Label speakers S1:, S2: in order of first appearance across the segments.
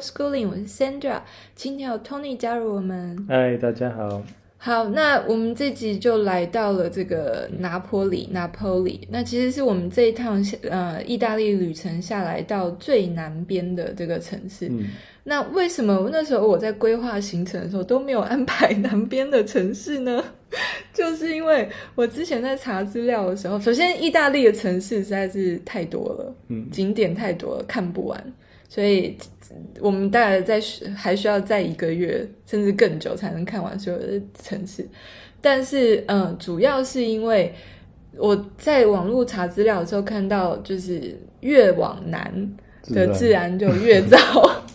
S1: Schooling，我是 Sandra，今天有 Tony 加入我们。
S2: 嗨，哎大家好。
S1: 好，那我们这集就来到了这个拿坡里，拿坡里。那其实是我们这一趟呃意大利旅程下来到最南边的这个城市。
S2: 嗯，
S1: 那为什么那时候我在规划行程的时候都没有安排南边的城市呢？ 就是因为我之前在查资料的时候，首先意大利的城市实在是太多了，
S2: 嗯
S1: 景点太多了，看不完，所以我们大概在还需要再一个月甚至更久才能看完所有的城市。但是，嗯、主要是因为我在网络查资料的时候看到，就是越往南的
S2: 自
S1: 自
S2: 然。
S1: 然就越糟，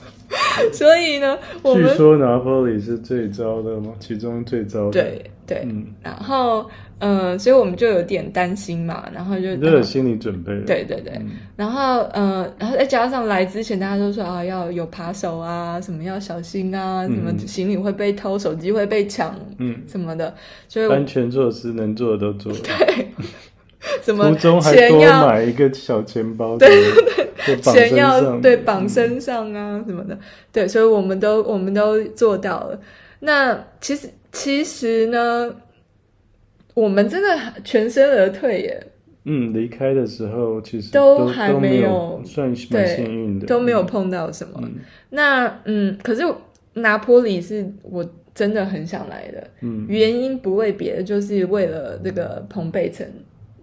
S1: 所以呢，我
S2: 据
S1: 们
S2: 说拿破里是最糟的吗？其中最糟的。，
S1: 对对，
S2: 嗯，
S1: 然后嗯、呃所以我们就有点担心嘛，然后就
S2: 都有心理准备了。
S1: 对对对，
S2: 嗯
S1: 然后呃，然后再加上来之前大家都说啊，要有扒手啊，什么要小心啊，什么
S2: 嗯
S1: 行李会被偷，手机会被抢
S2: 嗯，
S1: 什么的，所以我
S2: 安全措施能做的都做了，
S1: 什么
S2: 途中还
S1: 钱
S2: 多
S1: 要
S2: 买一个小钱包，对对
S1: 钱要
S2: 嗯
S1: 对绑身上啊什么的，对，所以我们都我们都做到了。那其实其实呢，我们真的全身而退耶，
S2: 嗯，离开的时候其实
S1: 都
S2: 都
S1: 还
S2: 都
S1: 没
S2: 没
S1: 有
S2: 算是
S1: 对
S2: 蛮幸运的，
S1: 都没有碰到什么。
S2: 嗯
S1: 那嗯，可是拿坡里是我真的很想来的，
S2: 嗯
S1: 原因不为别的，就是为了这个彭贝城，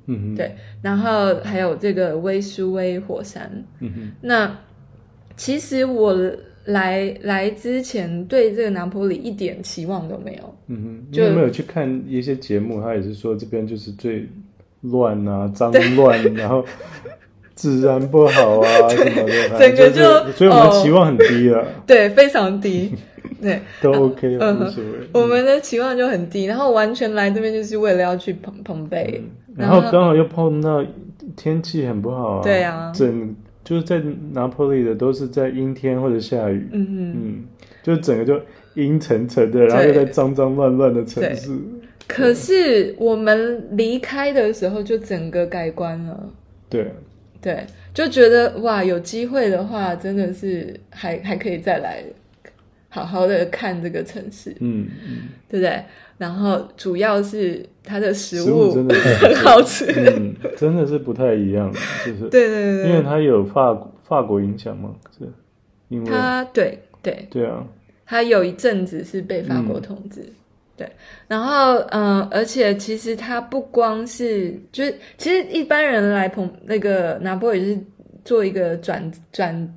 S2: 嗯，
S1: 对，然后还有这个威苏威火山。
S2: 嗯哼，
S1: 那其实我来来之前对这个拿坡里一点期望都没有，
S2: 嗯哼，
S1: 就
S2: 你有没有去看一些节目？他也是说这边就是最乱啊、脏乱， 然后治安不好啊什么的，反
S1: 整
S2: 正
S1: 个
S2: 就是
S1: 就
S2: 所以我们
S1: 哦
S2: 期望很低了，
S1: 对，非常低，对
S2: 都 OK 了，
S1: 嗯哼
S2: 无所谓。
S1: 我们的期望就很低，然后完全来这边就是为了要去彭彭贝，
S2: 嗯然后刚好又碰到天气很不好啊，
S1: 对啊
S2: 整就是在拿破里的都是在阴天或者下雨，
S1: 嗯嗯，
S2: 嗯，就整个就阴沉沉的，然后又在脏脏乱乱的城市，
S1: 可是我们离开的时候就整个改观了。
S2: 对，
S1: 对，就觉得哇，有机会的话，真的是还还可以再来，好好的看这个城市，
S2: 嗯，嗯
S1: 对不对？然后主要是它的食
S2: 食物真的是不
S1: 很好吃，对
S2: 嗯，真的是不太一样，就是
S1: 对对
S2: 因为
S1: 对，
S2: 它有法法国影响嘛，是因为
S1: 它对对，
S2: 对啊，
S1: 它有一阵子是被法国统治。对，然后嗯、呃，而且其实它不光是，就是其实一般人来蓬那个拿破里是做一个转转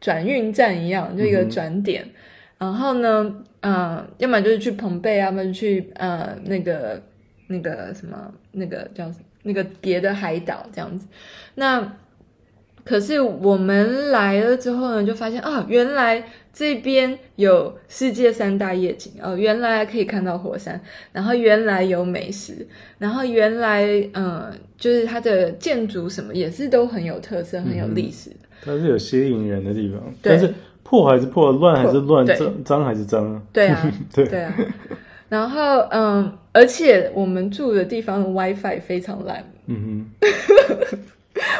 S1: 转运站一样，就一个
S2: 嗯哼
S1: 转点。然后呢，呃，要么就是去蓬贝，要么就去呃那个那个什么那个叫什么那个别的海岛这样子。那可是我们来了之后呢，就发现啊，原来这边有世界三大夜景哦，原来可以看到火山，然后原来有美食，然后原来呃，就是它的建筑什么也是都很有特色，很有历史。
S2: 它是有吸引人的地方，
S1: 对
S2: 但是破还是破，乱还是乱，
S1: 对
S2: 脏脏还是脏啊，
S1: 对啊，
S2: 对
S1: 对啊。然后嗯，而且我们住的地方的 WiFi 非常烂，
S2: 嗯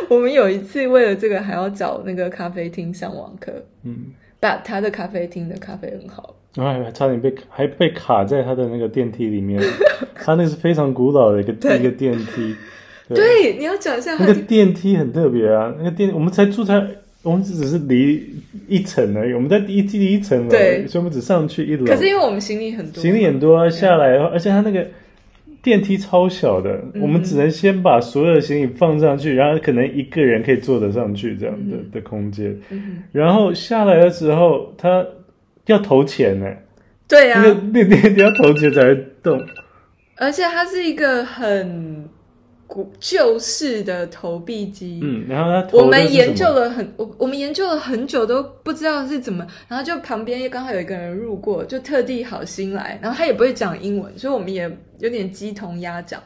S1: 我们有一次为了这个还要找那个咖啡厅上网课，
S2: 哼，嗯。
S1: 但他的咖啡厅的咖啡很好。
S2: 然后还差点被还被卡在他的那个电梯里 面，他那是非常古老的一个
S1: 对
S2: 一个电梯，
S1: 对，你要讲一下他
S2: 那个
S1: 的
S2: 电梯很特别啊，那个电我们才住在，我们只是离一层而已，我们在第一第一层而
S1: 对
S2: 已，所以我们只上去一楼。
S1: 可是因为我们行李很多，
S2: 行李很多啊，下来的话，而且它那个电梯超小的，
S1: 嗯
S2: 我们只能先把所有的行李放上去，然后可能一个人可以坐得上去这样的、的空间。
S1: 嗯
S2: 然后下来的时候，它要投钱呢、
S1: 对
S2: 那
S1: 啊，
S2: 个那个电梯要投钱才会动。
S1: 而且它是一个很古旧式的投币机。
S2: 嗯，然后它投
S1: 我
S2: 的
S1: 们
S2: 是
S1: 研
S2: 什
S1: 究
S2: 么
S1: 了很，我我们研究了很久都不知道是怎么，然后就旁边又刚好有一个人路过，就特地好心来，然后他也不会讲英文，所以我们也有点鸡同鸭讲，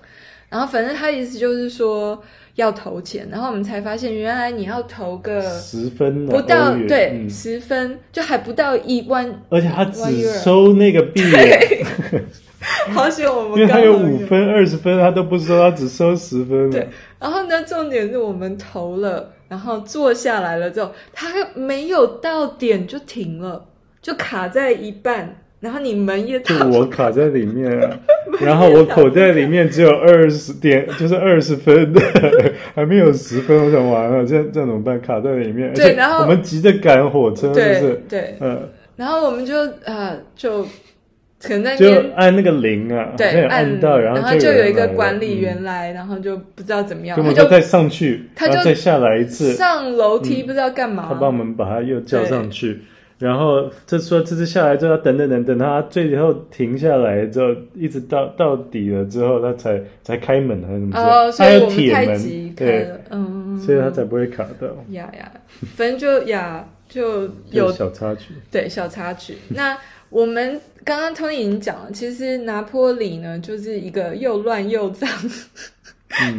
S1: 然后反正他意思就是说要投钱，然后我们才发现原来你要投个
S2: 十分啊
S1: 不到
S2: 欧元
S1: 对
S2: 嗯
S1: 十分，就还不到一万，
S2: 而且他
S1: one
S2: 只
S1: euro
S2: 收那个币耶，
S1: 好喜欢 我
S2: 因为
S1: 们
S2: 他
S1: 刚
S2: 有
S1: 好
S2: 五分、二十分，他都不收，他只收十分啊了
S1: 对。然后呢，重点是我们投了，然后坐下来了之后，他没有到点就停了，就卡在一半，然后你门也
S2: 就
S1: 打不
S2: 我卡在里面 啊， 然后我口袋里面只有二十点，就是二十分的， 还没有十分，我想完了，这这样怎么办？卡在里面，
S1: 对
S2: 而且
S1: 然后
S2: 我们急着赶火车，就
S1: 对
S2: 是
S1: 对，
S2: 呃，
S1: 然后我们就呃就可能在那
S2: 就
S1: 边
S2: 按那个铃啊，好像
S1: 对
S2: 有按到，
S1: 然
S2: 后
S1: 就
S2: 就
S1: 有一
S2: 人来
S1: 个
S2: 了
S1: 管理，
S2: 嗯
S1: 员来，然后就不知道怎么样，
S2: 所以我
S1: 他
S2: 们就
S1: 就
S2: 再上去，
S1: 他
S2: 然后
S1: 就
S2: 再下来一次，嗯
S1: 上楼梯不知道干嘛，
S2: 他帮我们把他
S1: 啊
S2: 又叫上去，然后这说这次下来之后要等等等等，他最后停下来之后，一直到到底了之后，他才才开门还是怎么
S1: 哦，
S2: 着？
S1: 所
S2: 他
S1: 以我
S2: 有
S1: 们
S2: 铁
S1: 太
S2: 门
S1: 急，开
S2: 对，
S1: 了，嗯，嗯嗯嗯
S2: 所以他才不会卡到。
S1: 呀呀，反正就呀就
S2: 就
S1: 有
S2: 是小插曲，
S1: 对，小插 曲。那我们刚刚 Tony 已经讲了，其实拿坡里呢就是一个又乱又脏、
S2: 嗯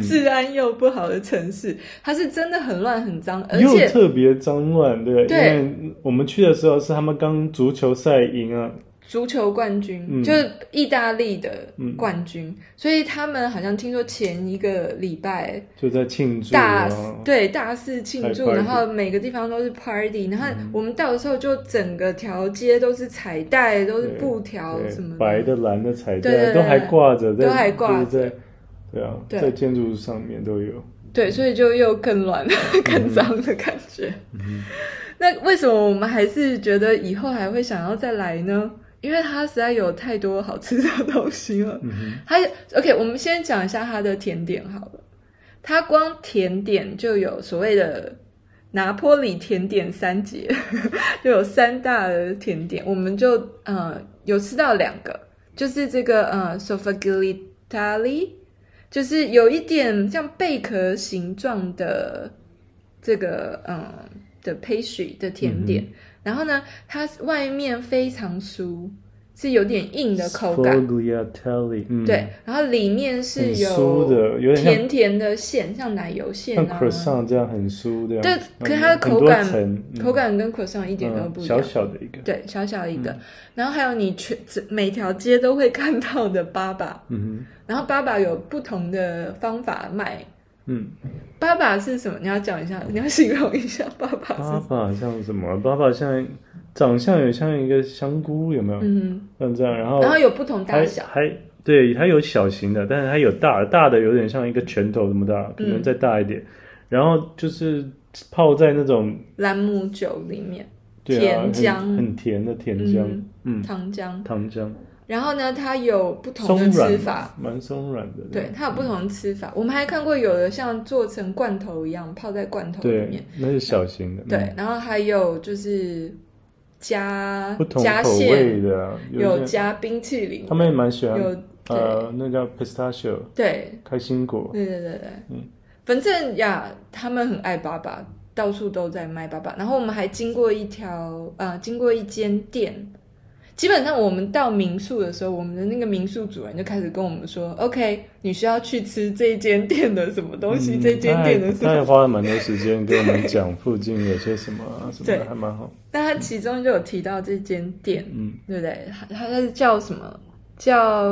S1: 治安又不好的城市，它是真的很乱很脏，而
S2: 又
S1: 且
S2: 特别脏乱，对，
S1: 对
S2: 因为我们去的时候是他们刚足球赛赢啊，
S1: 足球冠军、
S2: 嗯
S1: 就是意大利的冠军，所以他们好像听说前一个礼拜
S2: 就在庆祝，啊
S1: 大
S2: 然
S1: 肆
S2: 后
S1: 对大肆庆祝，
S2: 开 party
S1: 然
S2: 嗯
S1: 后每个地方都是 party，然后我们到的时候就整个条街都是彩带，都是
S2: 对
S1: 布条
S2: 对
S1: 什么的，
S2: 白的、蓝的彩
S1: 对对
S2: 带
S1: 对
S2: 都还挂着，在
S1: 都还挂着
S2: 就是在，对啊，
S1: 对
S2: 在建筑上面都有。
S1: 对，所以就又更乱、 更脏的感觉。那为什么我们还是觉得以后还会想要再来呢？因为它实在有太多好吃的东西了。
S2: 嗯
S1: 它 OK，我们先讲一下它的甜点好了。它光甜点就有所谓的拿坡里甜点三杰， 就有三大的甜点，我们就呃有吃到两个，就是这个呃 s o f a g i l i t a l i 就是有一点像贝壳形状的这个嗯的 pastry 的甜点，然后呢，它外面非常酥，是有点硬的口感，
S2: Sfogliatelli，嗯，
S1: 对，然后里面是
S2: 很
S1: 有
S2: 酥的有点像
S1: 甜甜的馅，像奶油馅
S2: 像
S1: 啊，
S2: croissant 这样很酥的，
S1: 对
S2: 嗯
S1: 可是它的
S2: 很
S1: 口
S2: 多
S1: 感
S2: 层嗯
S1: 口感跟 croissant 一点都
S2: 嗯
S1: 不一样。
S2: 小嗯小的一个，
S1: 对，小小一个，然后还有你全整每条街都会看到的爸爸，
S2: 嗯
S1: 然后爸爸有不同的方法卖。
S2: 哼嗯，
S1: 爸爸是什么？你要讲一下，你要形容一下爸爸是什么？
S2: 爸爸像什么？爸爸像长相也像一个香菇，有没有？
S1: 嗯，
S2: 像这样，然后
S1: 然后有不同大
S2: 哦还
S1: 小，
S2: 还对，它有小型的，但是它有大的大的，有点像一个拳头这么大，可能
S1: 嗯
S2: 再大一点。然后就是泡在那种
S1: 兰姆酒里面
S2: 对啊，
S1: 甜
S2: 很
S1: 浆
S2: 很甜的甜浆，嗯，
S1: 糖浆，
S2: 糖浆，
S1: 然后呢，它有不同
S2: 松
S1: 的吃
S2: 软
S1: 法，，
S2: 蛮松软的。
S1: 对，，它有不同的吃法。我们还看过有的像做成罐头一样泡在罐头里面
S2: 对，，那是小型的。嗯
S1: 对，然后还有就是加
S2: 不同
S1: 加
S2: 口
S1: 馅
S2: 味，的啊，
S1: 有
S2: 些
S1: 加冰淇淋，
S2: 他们也蛮喜欢
S1: 有对
S2: 呃，那叫 pistachio
S1: 对
S2: 开心果，
S1: 对对对对，
S2: 嗯
S1: 反正呀，他们很爱爸爸，到处都在卖爸爸。然后我们还经过一条呃，经过一间店。基本上我们到民宿的时候，我们的那个民宿主人就开始跟我们说：“OK，你需要去吃这间店的什么东西，
S2: 嗯
S1: 这间店的什
S2: 他
S1: 么
S2: 还他还花了蛮多时间跟我们讲附近有些 什么啊什么
S1: 对
S2: 的，还蛮好。
S1: 但他其中就有提到这间店，
S2: 嗯，
S1: 对不对？他他是叫什么？叫、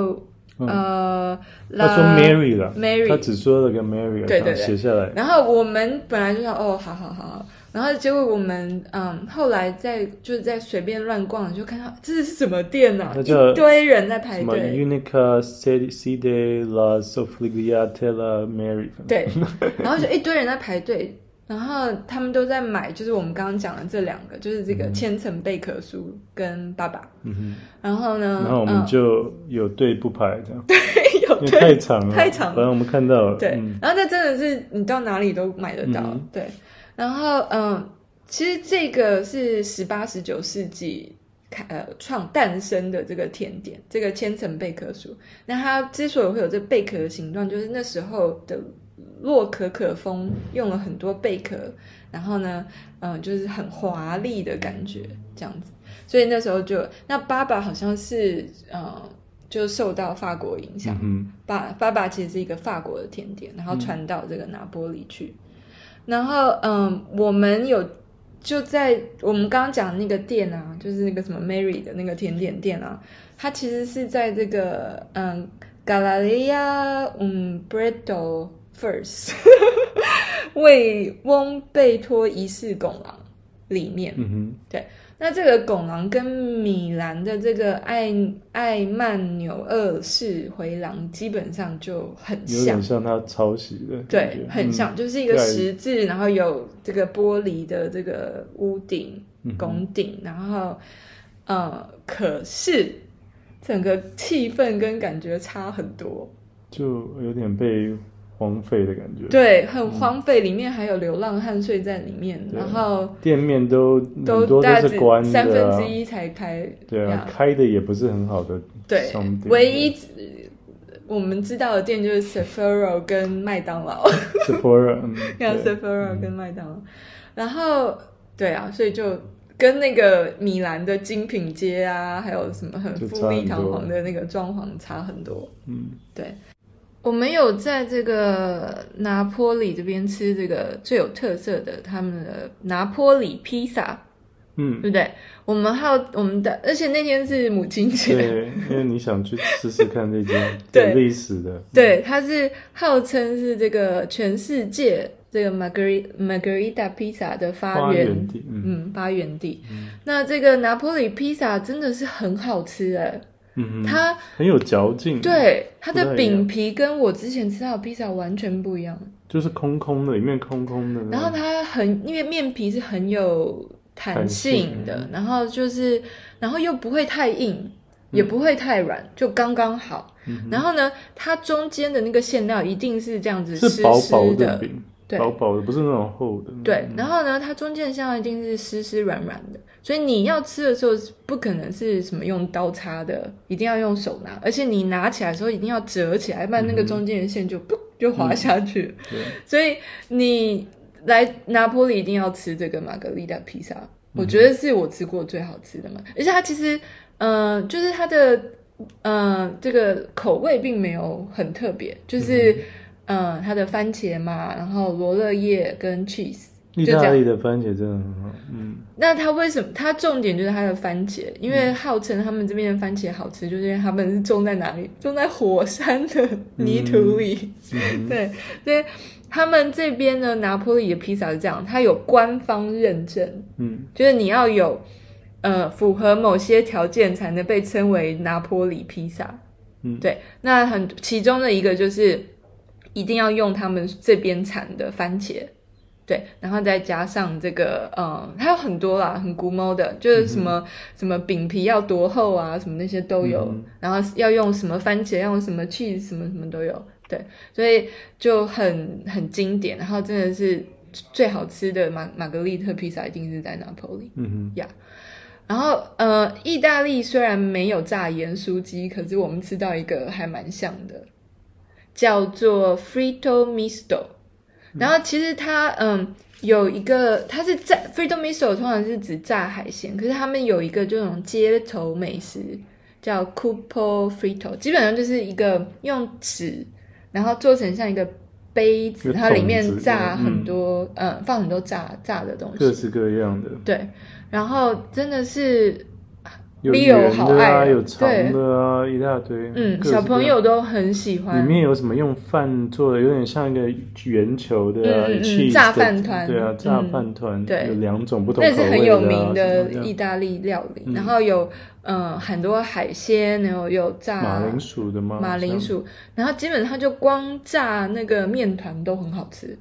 S2: 嗯
S1: 呃，
S2: 他说
S1: La-
S2: Mary 了
S1: Mary
S2: 他只说了个 Mary，
S1: 对对
S2: 然后
S1: 对
S2: 写下来。
S1: 然后我们本来就想，哦，好好好好。然后结果我们嗯，后来在就是在随便乱逛，就看到这是什么店呢、啊？
S2: 那叫
S1: 一堆人在排
S2: 什么
S1: 队。
S2: Unica Sede La Soffligatella Mary，
S1: 对，然后就一堆人在排队，然后他们都在买，就是我们刚刚讲的这两个，就是这个千层贝壳酥跟爸爸。
S2: 嗯哼，
S1: 然后呢，
S2: 然后我们
S1: 嗯、
S2: 就有队不排这样，
S1: 有
S2: 因为
S1: 对
S2: 太长了，
S1: 太长了
S2: 反正我们看到了，
S1: 对，
S2: 嗯
S1: 然后那真的是你到哪里都买得到，
S2: 嗯
S1: 对。然后嗯，其实这个是十八、十九世纪开呃创诞生的这个甜点，这个千层贝壳酥。那它之所以会有这贝壳的形状，就是那时候的洛可可风用了很多贝壳，然后呢，嗯、就是很华丽的感觉这样子。所以那时候就，那爸爸好像是嗯、呃就受到法国影响
S2: 嗯，哼。
S1: 爸爸爸其实是一个法国的甜点，然后传到这个拿波里去。然后嗯，我们有就在我们刚刚讲的那个店啊，就是那个什么 Mary 的那个甜点店啊，它其实是在这个嗯 Galleria Umbretto First 为翁贝托一世拱廊里面。
S2: 嗯哼，
S1: 那这个拱廊跟米兰的这个艾艾曼纽二世回廊基本上就很
S2: 有
S1: 像
S2: 点，像他抄袭的感觉，
S1: 对，
S2: 嗯
S1: 很像，就是一个
S2: 对
S1: 十字，然后有这个玻璃的这个屋顶、
S2: 嗯哼
S1: 拱顶，然后呃，可是整个气氛跟感觉差很多，
S2: 就有点被荒废的感觉。，
S1: 对，很荒废，里面还有流浪汉睡在里面，
S2: 嗯对
S1: 然后
S2: 店面都很
S1: 都
S2: 多
S1: 大概
S2: 都
S1: 只
S2: 是关的、啊，
S1: 三分之一才开，
S2: 对啊
S1: 呀，
S2: 开的也不是很 好的
S1: 对
S2: 商店，
S1: 唯一我们知道的店就是 Sephora 跟麦当劳，
S2: Sephora，嗯
S1: 像
S2: 对
S1: Sephora 跟麦当劳，然后对啊，所以就跟那个米兰的精品街啊，还有什么很
S2: 就
S1: 富
S2: 差
S1: 丽
S2: 很
S1: 堂
S2: 多
S1: 皇的那个装潢差很多。
S2: 嗯，
S1: 对，我们有在这个拿坡里这边吃这个最有特色的他们的拿坡里披萨，
S2: 嗯，
S1: 对不对？我们还有我们的，而且那天 是母亲节，
S2: 对，因为你想去试试看这间
S1: 对
S2: 有历史的，
S1: 对，它是号称是这个全世界这个 Margari- Margherita Pizza 的发
S2: 花
S1: 源，
S2: 园地，嗯
S1: 嗯，发源地。那这个拿坡里披萨真的是很好吃哎，
S2: 嗯哼，
S1: 它
S2: 很有嚼劲，，
S1: 对它的
S2: 不太一样
S1: 饼皮跟我之前吃到的披萨完全不一样，
S2: 就是空空的，里面空空的，
S1: 然后它很因为面皮是很有弹
S2: 弹性
S1: 性的，然后就是然后又不会太硬。也不会太软，就刚刚好。
S2: 嗯
S1: 然后呢，它中间的那个馅料一定是这样子湿湿
S2: 是薄薄的饼，
S1: 对
S2: 薄薄的，不是那种厚的，
S1: 对，然后呢，它中间的馅料一定是湿湿软软的，所以你要吃的时候是不可能是什么用刀叉的，一定要用手拿，而且你拿起来的时候一定要折起来，不然那个
S2: 嗯哼
S1: 中间的线就不就滑下去了。
S2: 对
S1: 所以你来拿坡里一定要吃这个玛格丽达披萨，我觉得是我吃过最好吃的嘛，而且它其实，嗯、就是它的，呃，这个口味并没有很特别，就是。嗯，它的番茄嘛，然后罗勒叶跟 cheese，
S2: 意
S1: 就这
S2: 大
S1: 样
S2: 利的番茄真的很好，嗯，
S1: 那它为什么？它重点就是它的番茄，因为号称他们这边的番茄好吃，就是因为他们是种在哪里？种在火山的泥土里。
S2: 嗯
S1: 对，所以他们这边呢，拿坡里的披萨是这样，它有官方认证，
S2: 嗯，
S1: 就是你要有呃符合某些条件才能被称为拿坡里披萨。
S2: 嗯
S1: 对，那很其中的一个就是一定要用他们这边产的番茄，对，然后再加上这个，嗯，还有很多啦，很古猫的，就是什么、什么饼皮要多厚啊，什么那些都有，
S2: 嗯
S1: 然后要用什么番茄，要用什么 cheese，什么什么都有，对，所以就很很经典，然后真的是最好吃的玛玛格丽特披萨一定是在拿破里。
S2: 嗯哼，
S1: 然后，呃，意大利虽然没有炸盐酥鸡，可是我们吃到一个还蛮像的，叫做 fritto misto。然后其实它，嗯，有一个它是炸 fritto misto，通常是指炸海鲜，可是他们有一个这种街头美食叫 cupo fritto，基本上就是一个用纸，然后做成像一个杯子，
S2: 一个
S1: 它里面
S2: 筒子
S1: 炸
S2: 嗯
S1: 很多，呃，放很多炸炸的东西，
S2: 各式各样的，
S1: 对，然后真的是，
S2: 有
S1: Leo
S2: 圆
S1: 好
S2: 的
S1: 爱
S2: 啊，
S1: 哦
S2: 有长的啊，一大堆，
S1: 嗯，
S2: 各式
S1: 小朋
S2: 各样
S1: 友都很喜欢
S2: 里。面有什么用饭做的，有点像一个圆球的、啊
S1: 嗯嗯嗯
S2: cheese 的
S1: 炸饭团
S2: 对啊，
S1: 嗯
S2: 炸饭团、
S1: 对
S2: 有两种不同
S1: 那也
S2: 口味
S1: 是
S2: 的、啊，
S1: 很有名
S2: 什
S1: 的
S2: 么的
S1: 意大利料理，
S2: 嗯
S1: 然后有呃很多海鲜，然后有炸
S2: 马铃薯的吗？
S1: 马铃
S2: 好
S1: 薯，然后基本上就光炸那个面团都很好吃。
S2: 像，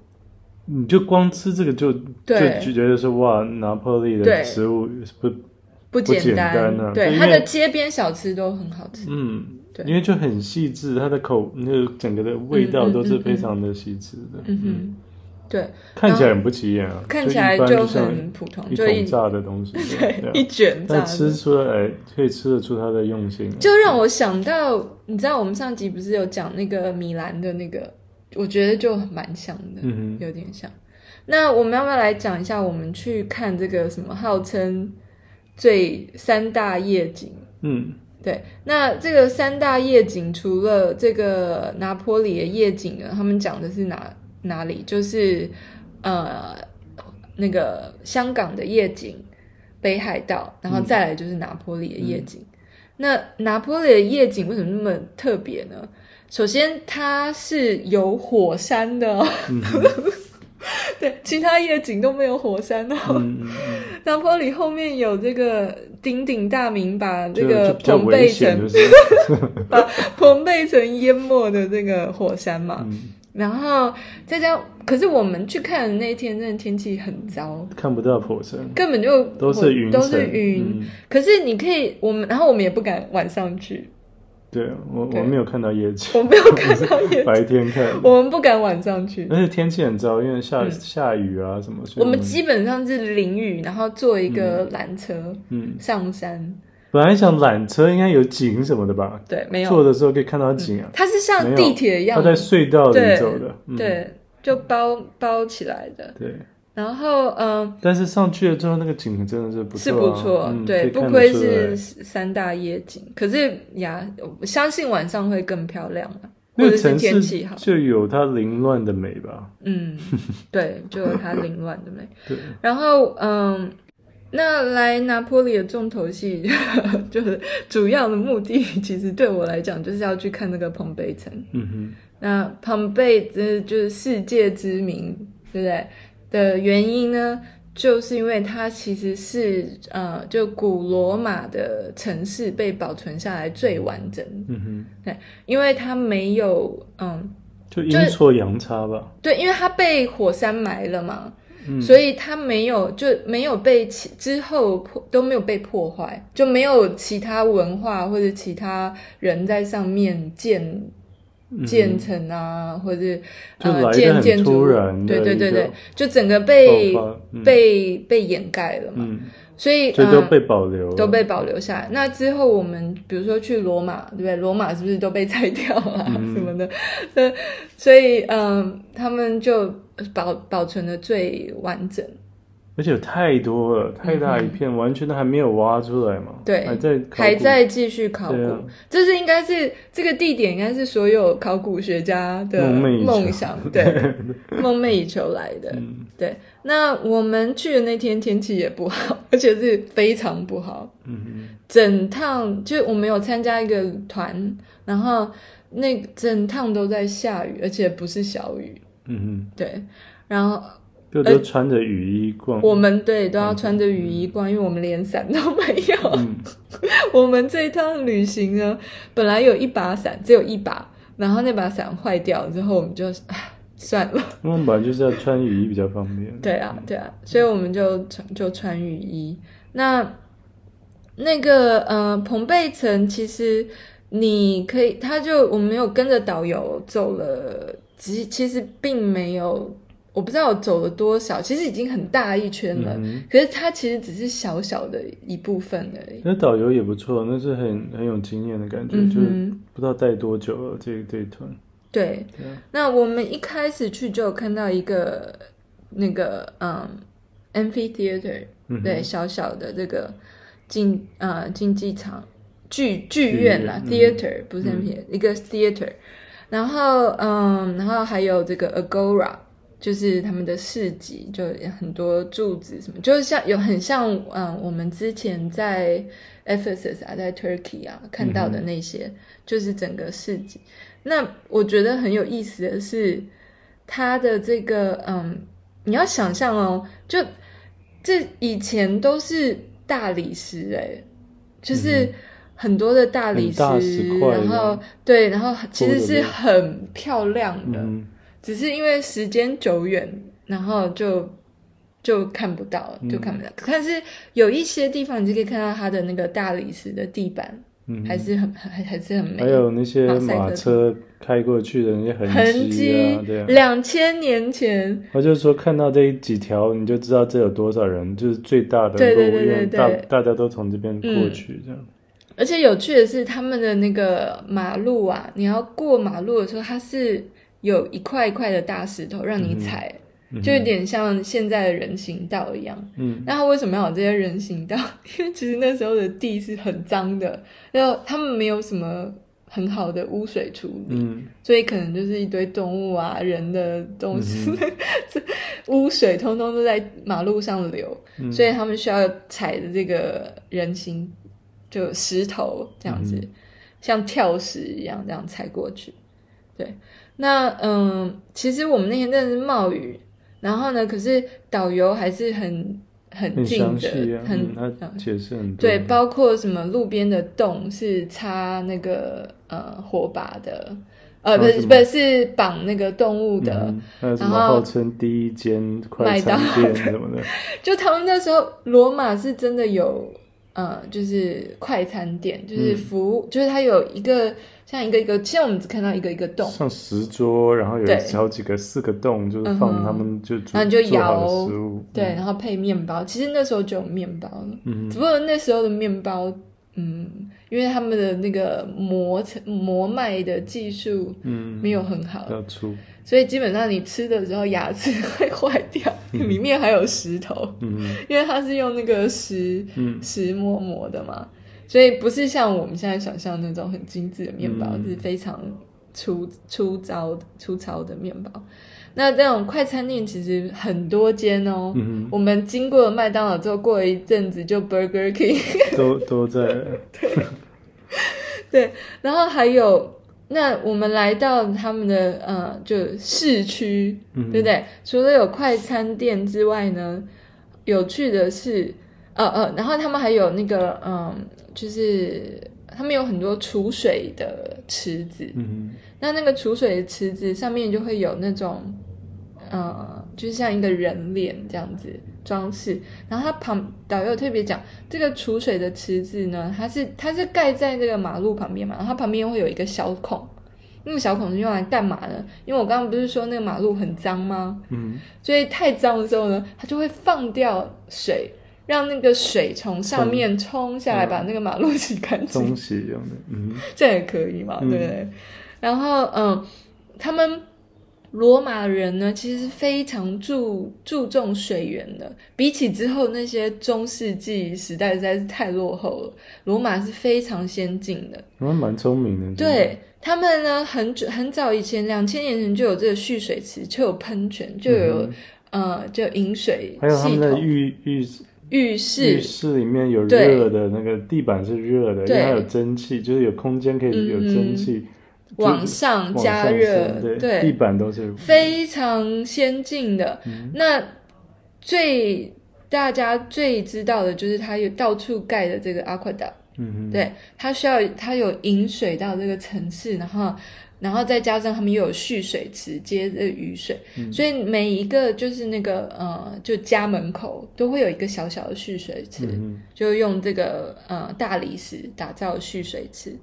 S2: 你就光吃这个就
S1: 对
S2: 就觉得说哇，拿破利
S1: 对
S2: 的食物不
S1: 不简
S2: 简单啊
S1: 对
S2: 对
S1: 它
S2: 因
S1: 的
S2: 为
S1: 街边小吃都很好吃。
S2: 嗯
S1: 对。
S2: 因为就很细致，它的口那个整个的味道
S1: 嗯嗯
S2: 都是
S1: 嗯
S2: 非常的细致的，
S1: 嗯哼，对，
S2: 看起来很不起眼啊，
S1: 看起来
S2: 就一般
S1: 就
S2: 像
S1: 很普通，
S2: 一
S1: 就一
S2: 桶 炸的东西，对啊
S1: 一卷炸
S2: 但
S1: 的。
S2: 吃出来哎可以吃得出它的用心啊，
S1: 就让我想到，你知道我们上集不是有讲那个米兰的那个，我觉得就蛮像的，
S2: 嗯哼
S1: 有点像。那我们要不要来讲一下我们去看这个什么号称最三大夜景？
S2: 嗯
S1: 对，那这个三大夜景除了这个拿坡里的夜景呢，他们讲的是哪哪里？就是呃那个香港的夜景、北海道，然后再来就是拿坡里的夜景。那拿坡里的夜景为什么那么特别呢？首先，它是有火山的、哦，
S2: 嗯
S1: 对，其他夜景都没有火山 哦。
S2: 嗯，嗯
S1: 拿坡里后面有这个鼎鼎大名，把这
S2: 就
S1: 个
S2: 就比较
S1: 彭
S2: 危
S1: 贝
S2: 险，
S1: 城
S2: 就是
S1: 把彭贝城淹没的这个火山嘛。
S2: 嗯，
S1: 然后再加，可是我们去看的那一天，真的天气很糟，
S2: 看不到火山，
S1: 根本就
S2: 都是云层，
S1: 都是云。
S2: 嗯
S1: 可是你可以，我们然后我们也不敢晚上去，
S2: 对我
S1: 对
S2: 我没有看到夜景，
S1: 我没有看到夜 景，
S2: 白天看，
S1: 我们不敢晚上去。
S2: 而且天气很糟，因为下
S1: 嗯
S2: 下雨啊什么，所以
S1: 我们基本上是淋雨，然后坐一个缆车、
S2: 嗯，
S1: 上山。
S2: 本来想缆车应该有景什么的吧，
S1: 对，没
S2: 坐
S1: 有，嗯
S2: 的时候可以看到景啊，
S1: 它是像地铁一样
S2: 它，在隧道
S1: 对
S2: 里走的，嗯、
S1: 对，就包包起来的。
S2: 对。
S1: 然后，嗯、
S2: 但是上去了之后，那个景真的是不错、啊，
S1: 是不错，
S2: 嗯、可
S1: 对，
S2: 以
S1: 不
S2: 看得
S1: 愧
S2: 出
S1: 是
S2: 来
S1: 三大夜景。可是呀，我相信晚上会更漂亮啊，或
S2: 那
S1: 者
S2: 个
S1: 是
S2: 城
S1: 天气
S2: 市
S1: 好。
S2: 就有它凌乱的美吧？
S1: 嗯，对，就有它凌乱的美。
S2: 对，
S1: 然后，嗯，那来拿坡里的重头戏， 就是主要的目的，其实对我来讲就是要去看那个庞贝城。
S2: 嗯
S1: 那庞贝这就是世界知名，对不对？的原因呢，就是因为它其实是呃，就古罗马的城市被保存下来最完整，
S2: 哼，嗯哼，
S1: 因为它没有嗯，
S2: 就
S1: 就是
S2: 阴错阳差吧。
S1: 对，因为它被火山埋了嘛，
S2: 嗯，
S1: 所以它没有就没有被其之后破都没有被破坏，就没有其他文化或者其他人在上面建
S2: 以
S1: 建成啊，或者
S2: 嗯就
S1: 呃
S2: 来得
S1: 建
S2: 很
S1: 建筑
S2: 突然，
S1: 对对对对，，就整个
S2: 爆
S1: 被
S2: 发，嗯、
S1: 被被掩盖了嘛，
S2: 嗯，
S1: 所以
S2: 所以都
S1: 呃
S2: 被保留了，
S1: 都被保留下来。那之后我们比如说去罗马，对不对？罗马是不是都被拆掉啊
S2: 嗯
S1: 什么的？对，所以嗯，他们就保保存的最完整。
S2: 而且有太多了，太大一片，完全都还没有挖出来嘛，
S1: 嗯对
S2: 还在考古
S1: 还在继续考古，
S2: 对啊
S1: 这是应该是这个地点，应该是所有考古学家的
S2: 梦寐以求
S1: 梦想，对， 梦寐以求来的。
S2: 嗯
S1: 对，那我们去的那天天气也不好，而且是非常不好。
S2: 嗯哼
S1: 整趟就我们有参加一个团，然后那整趟都在下雨，而且不是小雨，
S2: 嗯
S1: 对。然后
S2: 哼，就都穿着雨衣逛，
S1: 我们对都要穿着雨衣逛，因为我们连伞都没有。
S2: 嗯，
S1: 我们这一趟旅行呢，本来有一把伞，只有一把，然后那把伞坏掉之后，我们就唉算了。
S2: 因为我们本来就是要穿雨衣比较方便，
S1: 对啊，对啊，所以我们就穿就穿雨衣。那那个呃，蓬贝城其实你可以，他就我们有跟着导游走了，其其实并没有，我不知道我走了多少，其实已经很大一圈了。
S2: 嗯哼。
S1: 可是它其实只是小小的一部分而已。
S2: 那导游也不错，那是很很有经验的感觉，
S1: 嗯
S2: 就是
S1: 哼，
S2: 不知道带多久了这这一团。
S1: 对。
S2: 对啊，
S1: 那我们一开始去就有看到一个那个嗯，amphitheater，
S2: 嗯哼
S1: 对，小小的这个竞呃竞技场剧剧
S2: 剧
S1: 院啦
S2: 院嗯
S1: ，theater 不是
S2: 嗯
S1: amphi 一个 theater，然后嗯，然后还有这个 agora，就是他们的市集，就有很多柱子什么，就是像有很像嗯，我们之前在 Ephesus 啊，在 Turkey 啊看到的那些，
S2: 嗯
S1: 就是整个市集。那我觉得很有意思的是，它的这个嗯，你要想象哦，就这以前都是大理石诶、就是很多的大理石，
S2: 嗯很大石块
S1: 然后
S2: 的
S1: 对，然后其实
S2: 多
S1: 是
S2: 的
S1: 很漂亮的，
S2: 嗯，
S1: 只是因为时间久远，然后就就看不到了，
S2: 嗯
S1: 就看不到。但是有一些地方，你就可以看到它的那个大理石的地板，
S2: 嗯
S1: 还是很还还是很美。
S2: 还有那些
S1: 马赛克
S2: 马车开过去的那些
S1: 痕
S2: 迹
S1: 迹
S2: 啊，对，啊。
S1: 两千年前，
S2: 我就说看到这几条，你就知道这有多少人，就是最大的路，
S1: 对对对对
S2: 因为
S1: 对
S2: 大大家都从这边过去，这样。
S1: 而且有趣的是，他们的那个马路啊，你要过马路的时候，它是有一块一块的大石头让你踩，
S2: 嗯
S1: 就有点像现在的人行道一样。
S2: 嗯，
S1: 那他为什么要有这些人行道？因为其实那时候的地是很脏的，然后他们没有什么很好的污水处理，
S2: 嗯
S1: 所以可能就是一堆动物啊、人的东西，
S2: 嗯
S1: 这污水通通都在马路上流，
S2: 嗯
S1: 所以他们需要踩着这个人行就石头这样子，
S2: 嗯
S1: 像跳石一样这样踩过去。对，那嗯，其实我们那天真的是冒雨，然后呢，可是导游还是很很
S2: 很
S1: 尽
S2: 详
S1: 责，
S2: 细啊，
S1: 很、
S2: 嗯他
S1: 嗯
S2: 解释很多，
S1: 对，包括什么路边的洞是插那个呃火把的，呃，
S2: 啊
S1: 不是
S2: 什么
S1: 不是是绑那个动物的，
S2: 嗯，还有什么
S1: 然后
S2: 号称第一间快餐
S1: 麦
S2: 店什么的，
S1: 就他们那时候罗马是真的有，呃，就是快餐店，
S2: 嗯
S1: 就是服务，就是它有一个像一个一个，现在我们只看到一个一个洞，
S2: 上十桌，然后有
S1: 对
S2: 好几个四个洞，就是
S1: 嗯哼
S2: 放他们就
S1: 然
S2: 煮
S1: 后你就
S2: 做好的
S1: 摇
S2: 食物，
S1: 对，然后配面包。其实那时候就有面包了，
S2: 嗯，
S1: 只不过那时候的面包，嗯，因为他们的那个磨成磨麦的技术
S2: 嗯嗯，
S1: 没有很好，
S2: 要出，
S1: 所以基本上你吃的时候牙齿会坏掉，里面还有石头，
S2: 嗯
S1: 因为它是用那个石
S2: 嗯
S1: 石磨磨的嘛，所以不是像我们现在想象那种很精致的面包，
S2: 嗯
S1: 是非常粗粗糙的粗糙的面包。那这种快餐店其实很多间哦。
S2: 嗯
S1: 我们经过了麦当劳之后，过了一阵子就 Burger King，
S2: 哼，都都在，
S1: 对，然后还有，那我们来到他们的呃，就市区，
S2: 嗯
S1: 对不对？除了有快餐店之外呢，有趣的是，呃呃，然后他们还有那个，嗯、就是他们有很多储水的池子，
S2: 嗯
S1: 那那个储水的池子上面就会有那种，呃，就是像一个人脸这样子装饰。然后他旁导游特别讲，这个储水的池子呢，它是它是盖在这个马路旁边嘛，然后它旁边会有一个小孔，那个小孔是用来干嘛呢？因为我刚刚不是说那个马路很脏吗？
S2: 嗯
S1: 所以太脏的时候呢，它就会放掉水。让那个水从上面冲下来，
S2: 嗯
S1: 把那个马路洗干
S2: 嗯，
S1: 净。
S2: 东西用的，嗯
S1: 这也可以嘛，对
S2: 嗯
S1: 不对？然后嗯，他们罗马人呢，其实是非常注注重水源的，比起之后那些中世纪时代实在是太落后了，罗马是非常先进的。
S2: 他们嗯蛮聪明的，真的，
S1: 对他们呢，很久很早以前，两千年前就有这个蓄水池，就有喷泉，就有、
S2: 嗯
S1: 呃，就有饮水
S2: 还有他
S1: 系
S2: 们的
S1: 统、
S2: 浴浴
S1: 浴
S2: 浴
S1: 室，
S2: 室里面有
S1: 对
S2: 热的，那个地板是热的，因
S1: 对
S2: 为它有蒸汽，就是有空间可以有蒸汽，
S1: 嗯
S2: 就
S1: 往上
S2: 往
S1: 加
S2: 上
S1: 热
S2: 升，对，
S1: 对，
S2: 地板都是
S1: 非常先进的。
S2: 嗯
S1: 那最大家最知道的就是它有到处盖的这个 aqueduct，
S2: 嗯哼，
S1: 对，它需要它有引水到这个城市，然后然后再加上他们又有蓄水池接着雨水，
S2: 嗯
S1: 所以每一个就是那个呃，就家门口都会有一个小小的蓄水池，
S2: 嗯
S1: 就用这个呃大理石打造蓄水池，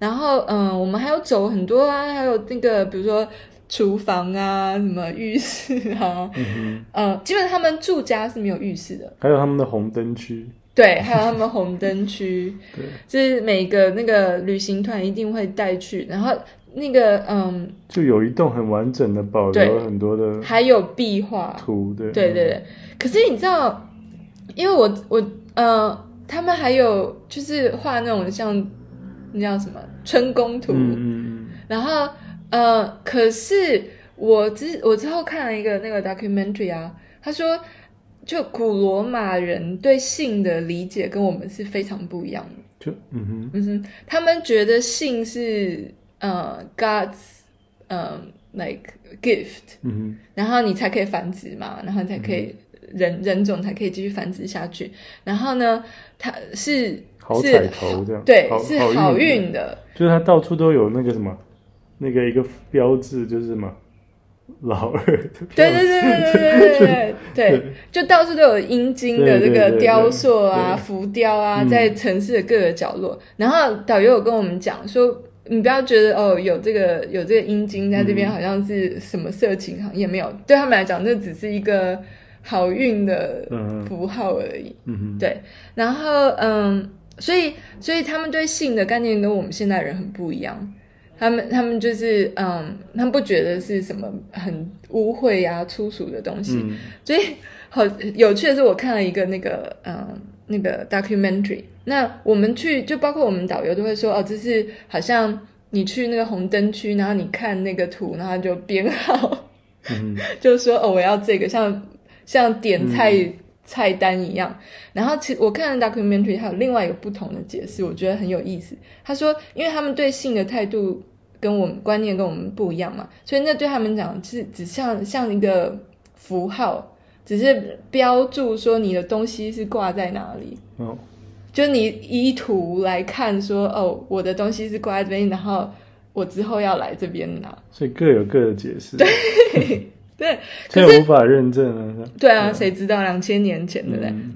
S1: 然后嗯、呃我们还有走很多啊，还有那个比如说厨房啊，什么浴室啊，
S2: 哼，嗯
S1: 呃，基本上他们住家是没有浴室的
S2: 哼，，还有他们的红灯区，
S1: 对，还有他们红灯区，
S2: 对，
S1: 就是每个那个旅行团一定会带去，然后那个嗯，
S2: 就有一栋很完整的保留
S1: 对
S2: 了很多的
S1: 还有壁画，
S2: 图，对，
S1: 对对对，可是你知道，因为我我呃，他们还有就是画那种像那叫什么春宫图，
S2: 嗯，嗯嗯
S1: 然后呃，可是我之我之后看了一个那个 documentary 啊，他说就古罗马人对性的理解跟我们是非常不一样的，
S2: 就嗯哼，
S1: 嗯哼，他们觉得性是呃 God's 呃 like gift。
S2: 嗯哼，
S1: 然后你才可以繁殖嘛，然后你才可
S2: 嗯
S1: 以人、人种才可以继续繁殖下去。然后呢，它是
S2: 好
S1: 是
S2: 彩头这样，
S1: 对
S2: 好
S1: 是
S2: 好
S1: 好
S2: 运，
S1: 运 的，
S2: 就是它到处都有那个什么，那个一个标志，就是什么老二的标志，
S1: 对对对对对对 对对对，就到处都有阴茎的这
S2: 对对
S1: 个
S2: 对对
S1: 雕塑啊、
S2: 对
S1: 浮雕啊，
S2: 嗯
S1: 在城市的各个角落。然后导游有跟我们讲说。你不要觉得哦，有这个有这个阴茎在这边，
S2: 嗯
S1: 好像是什么色情行业没有，对他们来讲，这只是一个好运的
S2: 嗯
S1: 符号而已。
S2: 嗯哼，
S1: 对，然后嗯，所以所以他们对性的概念跟我们现代人很不一样。他们他们就是嗯，他们不觉得是什么很污秽呀、粗俗的东西。
S2: 嗯
S1: 所以好有趣的是，我看了一个那个嗯那个 documentary，那我们去就包括我们导游都会说哦，这是好像你去那个红灯区，然后你看那个图，然后就编号，
S2: 嗯
S1: 就说哦我要这个，像像点菜、
S2: 嗯
S1: 菜单一样。然后其我看了 documentary 还有另外一个不同的解释，我觉得很有意思。他说，因为他们对性的态度跟我们观念跟我们不一样嘛，所以那对他们讲是只像像一个符号，只是标注说你的东西是挂在哪里。
S2: 哦
S1: 就你依图来看说，哦，我的东西是挂在这边，然后我之后要来这边拿。
S2: 所以各有各的解释，对，
S1: 对
S2: 这
S1: 可是
S2: 也无法认证啊。是吧
S1: 对啊，谁知道两千年前对不对？
S2: 嗯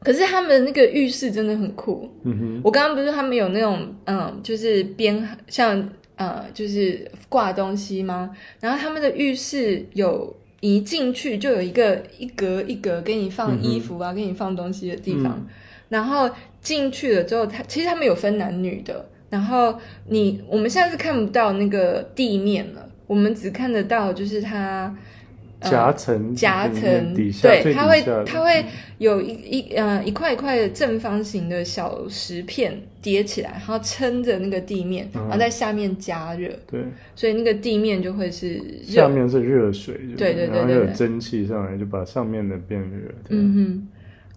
S1: 可是他们的那个浴室真的很酷。
S2: 嗯哼，
S1: 我刚刚不是他们有那种嗯，就是编像呃，就是挂东西吗？然后他们的浴室有一进去就有一个一格一格给你放衣服啊，给你放东西的地方。
S2: 嗯
S1: 然后进去了之后，他其实他们有分男女的。然后你我们现在是看不到那个地面了，我们只看得到就是它呃
S2: 嗯夹层
S1: 夹
S2: 里
S1: 层
S2: 面，底下
S1: 对，
S2: 最
S1: 它
S2: 底
S1: 会
S2: 下的
S1: 它会有一一呃一块一块的正方形的小石片叠起来，然后撑着那个地面，
S2: 嗯
S1: 然后在下面加热，
S2: 对，
S1: 所以那个地面就会是
S2: 下
S1: 热。
S2: 面是热水，就
S1: 对对对
S2: 然后
S1: 对
S2: 又有
S1: 对
S2: 蒸汽上来，就把上面的变热，这样
S1: 嗯哼，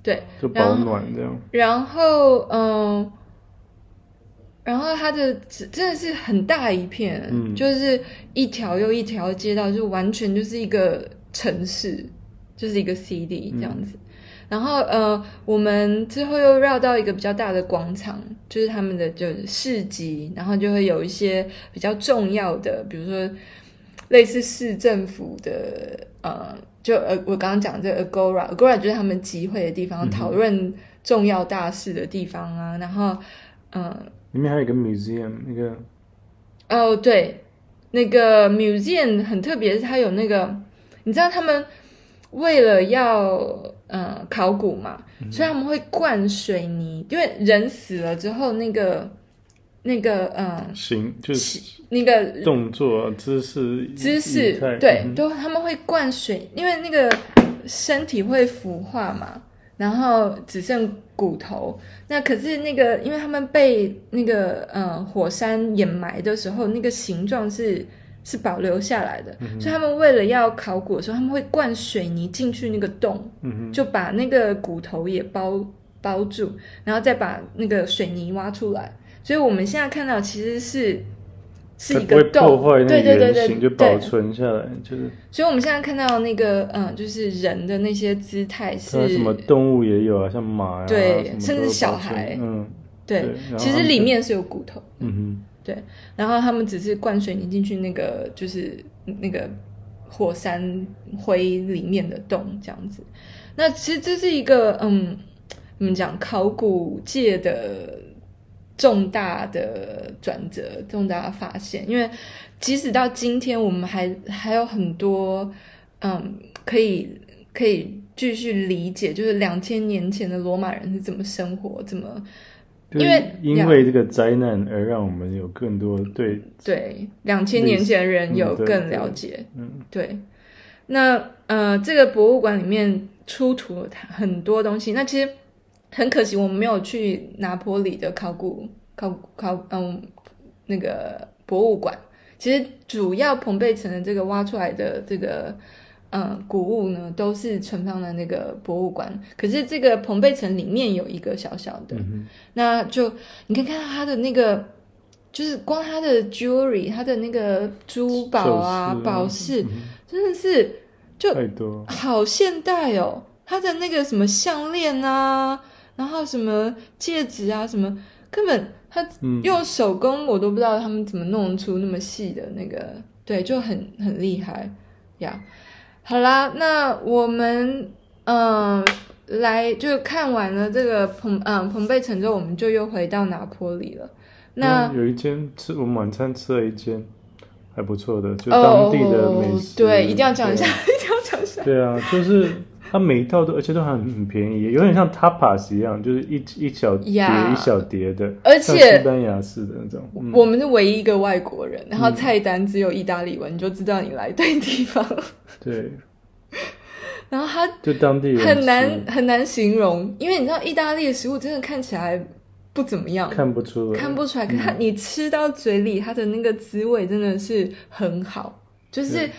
S1: 对。
S2: 就
S1: 然
S2: 保
S1: 后
S2: 暖这样。
S1: 然后嗯，然后它的真的是很大一片，
S2: 嗯
S1: 就是一条又一条街道，就完全就是一个城市，就是一个 CD 这样子。然后呃，我们之后又绕到一个比较大的广场，就是他们的就是市集，然后就会有一些比较重要的，比如说类似市政府的呃，就呃我刚刚讲这个 Agora，Agora 就是他们集会的地
S2: 嗯
S1: 方，
S2: 哼
S1: 讨论重要大事的地方啊。然后嗯、
S2: 里面还有一个 museum，那个
S1: 呃哦对，那个 museum 很特别，是它有那个你知道他们为了要呃考古嘛，所以他们会灌水泥，因为人死了之后那个。那个呃，
S2: 行，就是
S1: 那个
S2: 动作、啊姿势、
S1: 姿势
S2: 仪态，
S1: 对，
S2: 嗯哼
S1: 都他们会灌水，因为那个身体会腐化嘛，然后只剩骨头。那可是那个，因为他们被那个呃火山掩埋的时候，那个形状是是保留下来的，
S2: 嗯
S1: 所以他们为了要考古的时候，他们会灌水泥进去那个洞，
S2: 嗯哼，
S1: 就把那个骨头也包包住，然后再把那个水泥挖出来。所以我们现在看到其实是是
S2: 它
S1: 一
S2: 不会
S1: 个洞，
S2: 破坏那个
S1: 对对对
S2: 原
S1: 对
S2: 型，就
S1: 对，
S2: 保存下来，就是
S1: 所以我们现在看到那个，嗯，就是人的那些姿态
S2: 它
S1: 是，
S2: 呃什么动物也有啊，像马呀，
S1: 对
S2: 什么
S1: 甚至
S2: 都有
S1: 小
S2: 保存
S1: 孩
S2: 嗯，对
S1: 对
S2: 然后，
S1: 其
S2: 他
S1: 实
S2: 们
S1: 里
S2: 就
S1: 面是有骨头，
S2: 嗯哼，
S1: 对，然后他们只是灌水泥进去那个就是那个火山灰里面的洞这样子。那其实这是一个，嗯，怎么讲，考古界的重大的转折、重大的发现，因为即使到今天，我们还还有很多，嗯，可以可以继续理解，就是两千年前的罗马人是怎么生活，怎么
S2: 就是
S1: 因为
S2: 因为这个灾难而让我们有更多对，
S1: 对两千年前的人有更了解。
S2: 嗯
S1: 对，那呃，这个博物馆里面出土了它很多东西。那其实很可惜，我们没有去拿坡里的考古考考嗯那个博物馆。其实主要彭贝城的这个挖出来的这个嗯古物呢，都是存放在那个博物馆。可是这个彭贝城里面有一个小小的，
S2: 嗯
S1: 那就你可以看到他的那个，就是光他的 jewelry，他的那个珠宝啊、
S2: 首饰啊
S1: 宝饰
S2: 哼，，嗯
S1: 真的是就
S2: 太多，
S1: 好现代哦。他的那个什么项链啊，然后什么戒指啊，什么根本他
S2: 嗯，
S1: 用手工，我都不知道他们怎么弄出那么细的那个，对，就很很厉害呀。好啦，那我们嗯、呃来就看完了这个蓬嗯、蓬贝城之后，我们就又回到拿坡里了。那、
S2: 嗯有一间吃我们晚餐吃了一间还不错的，就
S1: 哦
S2: 当地的美食，
S1: 对，一定要讲一下，
S2: 对啊
S1: 一定要讲一下。
S2: 对啊，就是它每一道都，而且都很很便宜，有点像 tapas 一样，就是一一小碟
S1: 呀
S2: 一小碟的，
S1: 而
S2: 像
S1: 且
S2: 西班牙式的那种，嗯
S1: 我们是唯一一个外国人，然后菜单只有意大利文，你就知道你来对地方了。
S2: 对，嗯
S1: 然后他
S2: 就当地人
S1: 很
S2: 吃
S1: 难很难形容，因为你知道意大利的食物真的看起来不怎么样，
S2: 看不出来，嗯
S1: 看不出来。可是它你吃到嘴里，它的那个滋味真的是很好，就是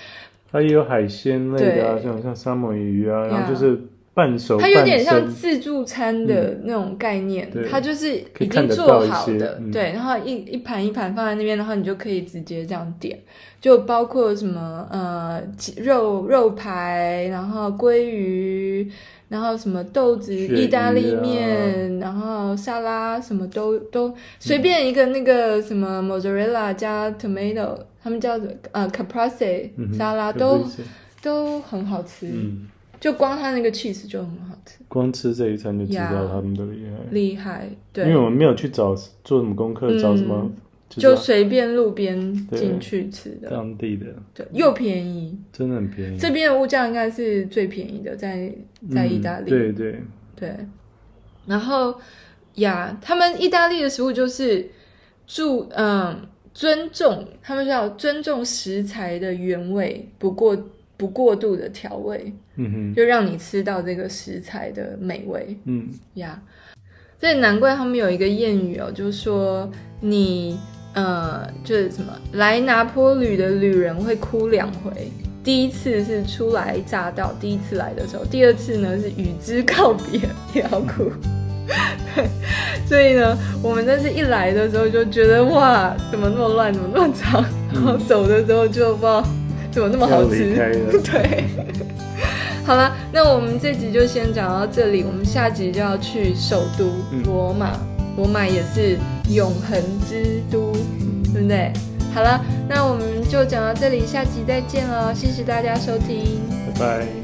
S2: 它也有海鲜类的、啊，
S1: 对
S2: 像像三文鱼啊，然
S1: Yeah
S2: 后就是半熟
S1: 它
S2: 半
S1: 有点像
S2: 生，嗯
S1: 自助餐的那种概念，
S2: 对
S1: 它就是
S2: 可
S1: 已
S2: 以
S1: 经
S2: 看得
S1: 做
S2: 到一
S1: 好
S2: 些
S1: 的，
S2: 嗯
S1: 对，然后一一盘一盘放在那边，然后你就可以直接这样点，就包括什么呃鸡肉肉排，然后鲑鱼，然后什么豆子、
S2: 鳕
S1: 意大利
S2: 鱼啊嗯
S1: 面，然后沙拉什么都都随便一个那个什么 mozzarella 加 tomato，他们叫呃 caprese
S2: 嗯哼
S1: 沙拉
S2: 可不
S1: 都
S2: 是
S1: 都很好吃，
S2: 嗯，
S1: 就光它那个 cheese 就很好吃。
S2: 光吃这一餐就知道
S1: Yeah
S2: 他们的厉害。
S1: 厉害，对，
S2: 因为我们没有去啊找做什么功课，找什么
S1: 嗯
S2: 就
S1: 就是随便路边
S2: 对
S1: 进去吃的，
S2: 当地的，
S1: 对，又便宜。
S2: 真的很便宜。
S1: 这边的物价应该是最便宜的，在在意大
S2: 嗯
S1: 利，
S2: 对对，
S1: 对然后呀，他们意大利的食物就是注嗯尊重，他们叫尊重食材的原味，不过不过度的调味，
S2: 嗯哼，
S1: 就让你吃到这个食材的美味。
S2: 嗯，
S1: 呀、所以难怪他们有一个谚语哦，就是说你呃，就是什么来拿坡旅的旅人会哭两回。第一次是初来乍到，第一次来的时候；第二次呢是与之告别，也要哭。
S2: 嗯
S1: 对， 所以呢，我们这次一来的时候就觉得哇，怎么那么乱，怎么那么长？然后走的时候就不知道怎么那么好
S2: 嗯要
S1: 吃。
S2: 离开 了，
S1: 对，好了，那我们这集就先讲到这里，我们下集就要去首都
S2: 嗯
S1: 罗马，罗马也是永恒之都，对不对？好了，那我们就讲到这里，下集再见喽，谢谢大家收听。
S2: 拜拜。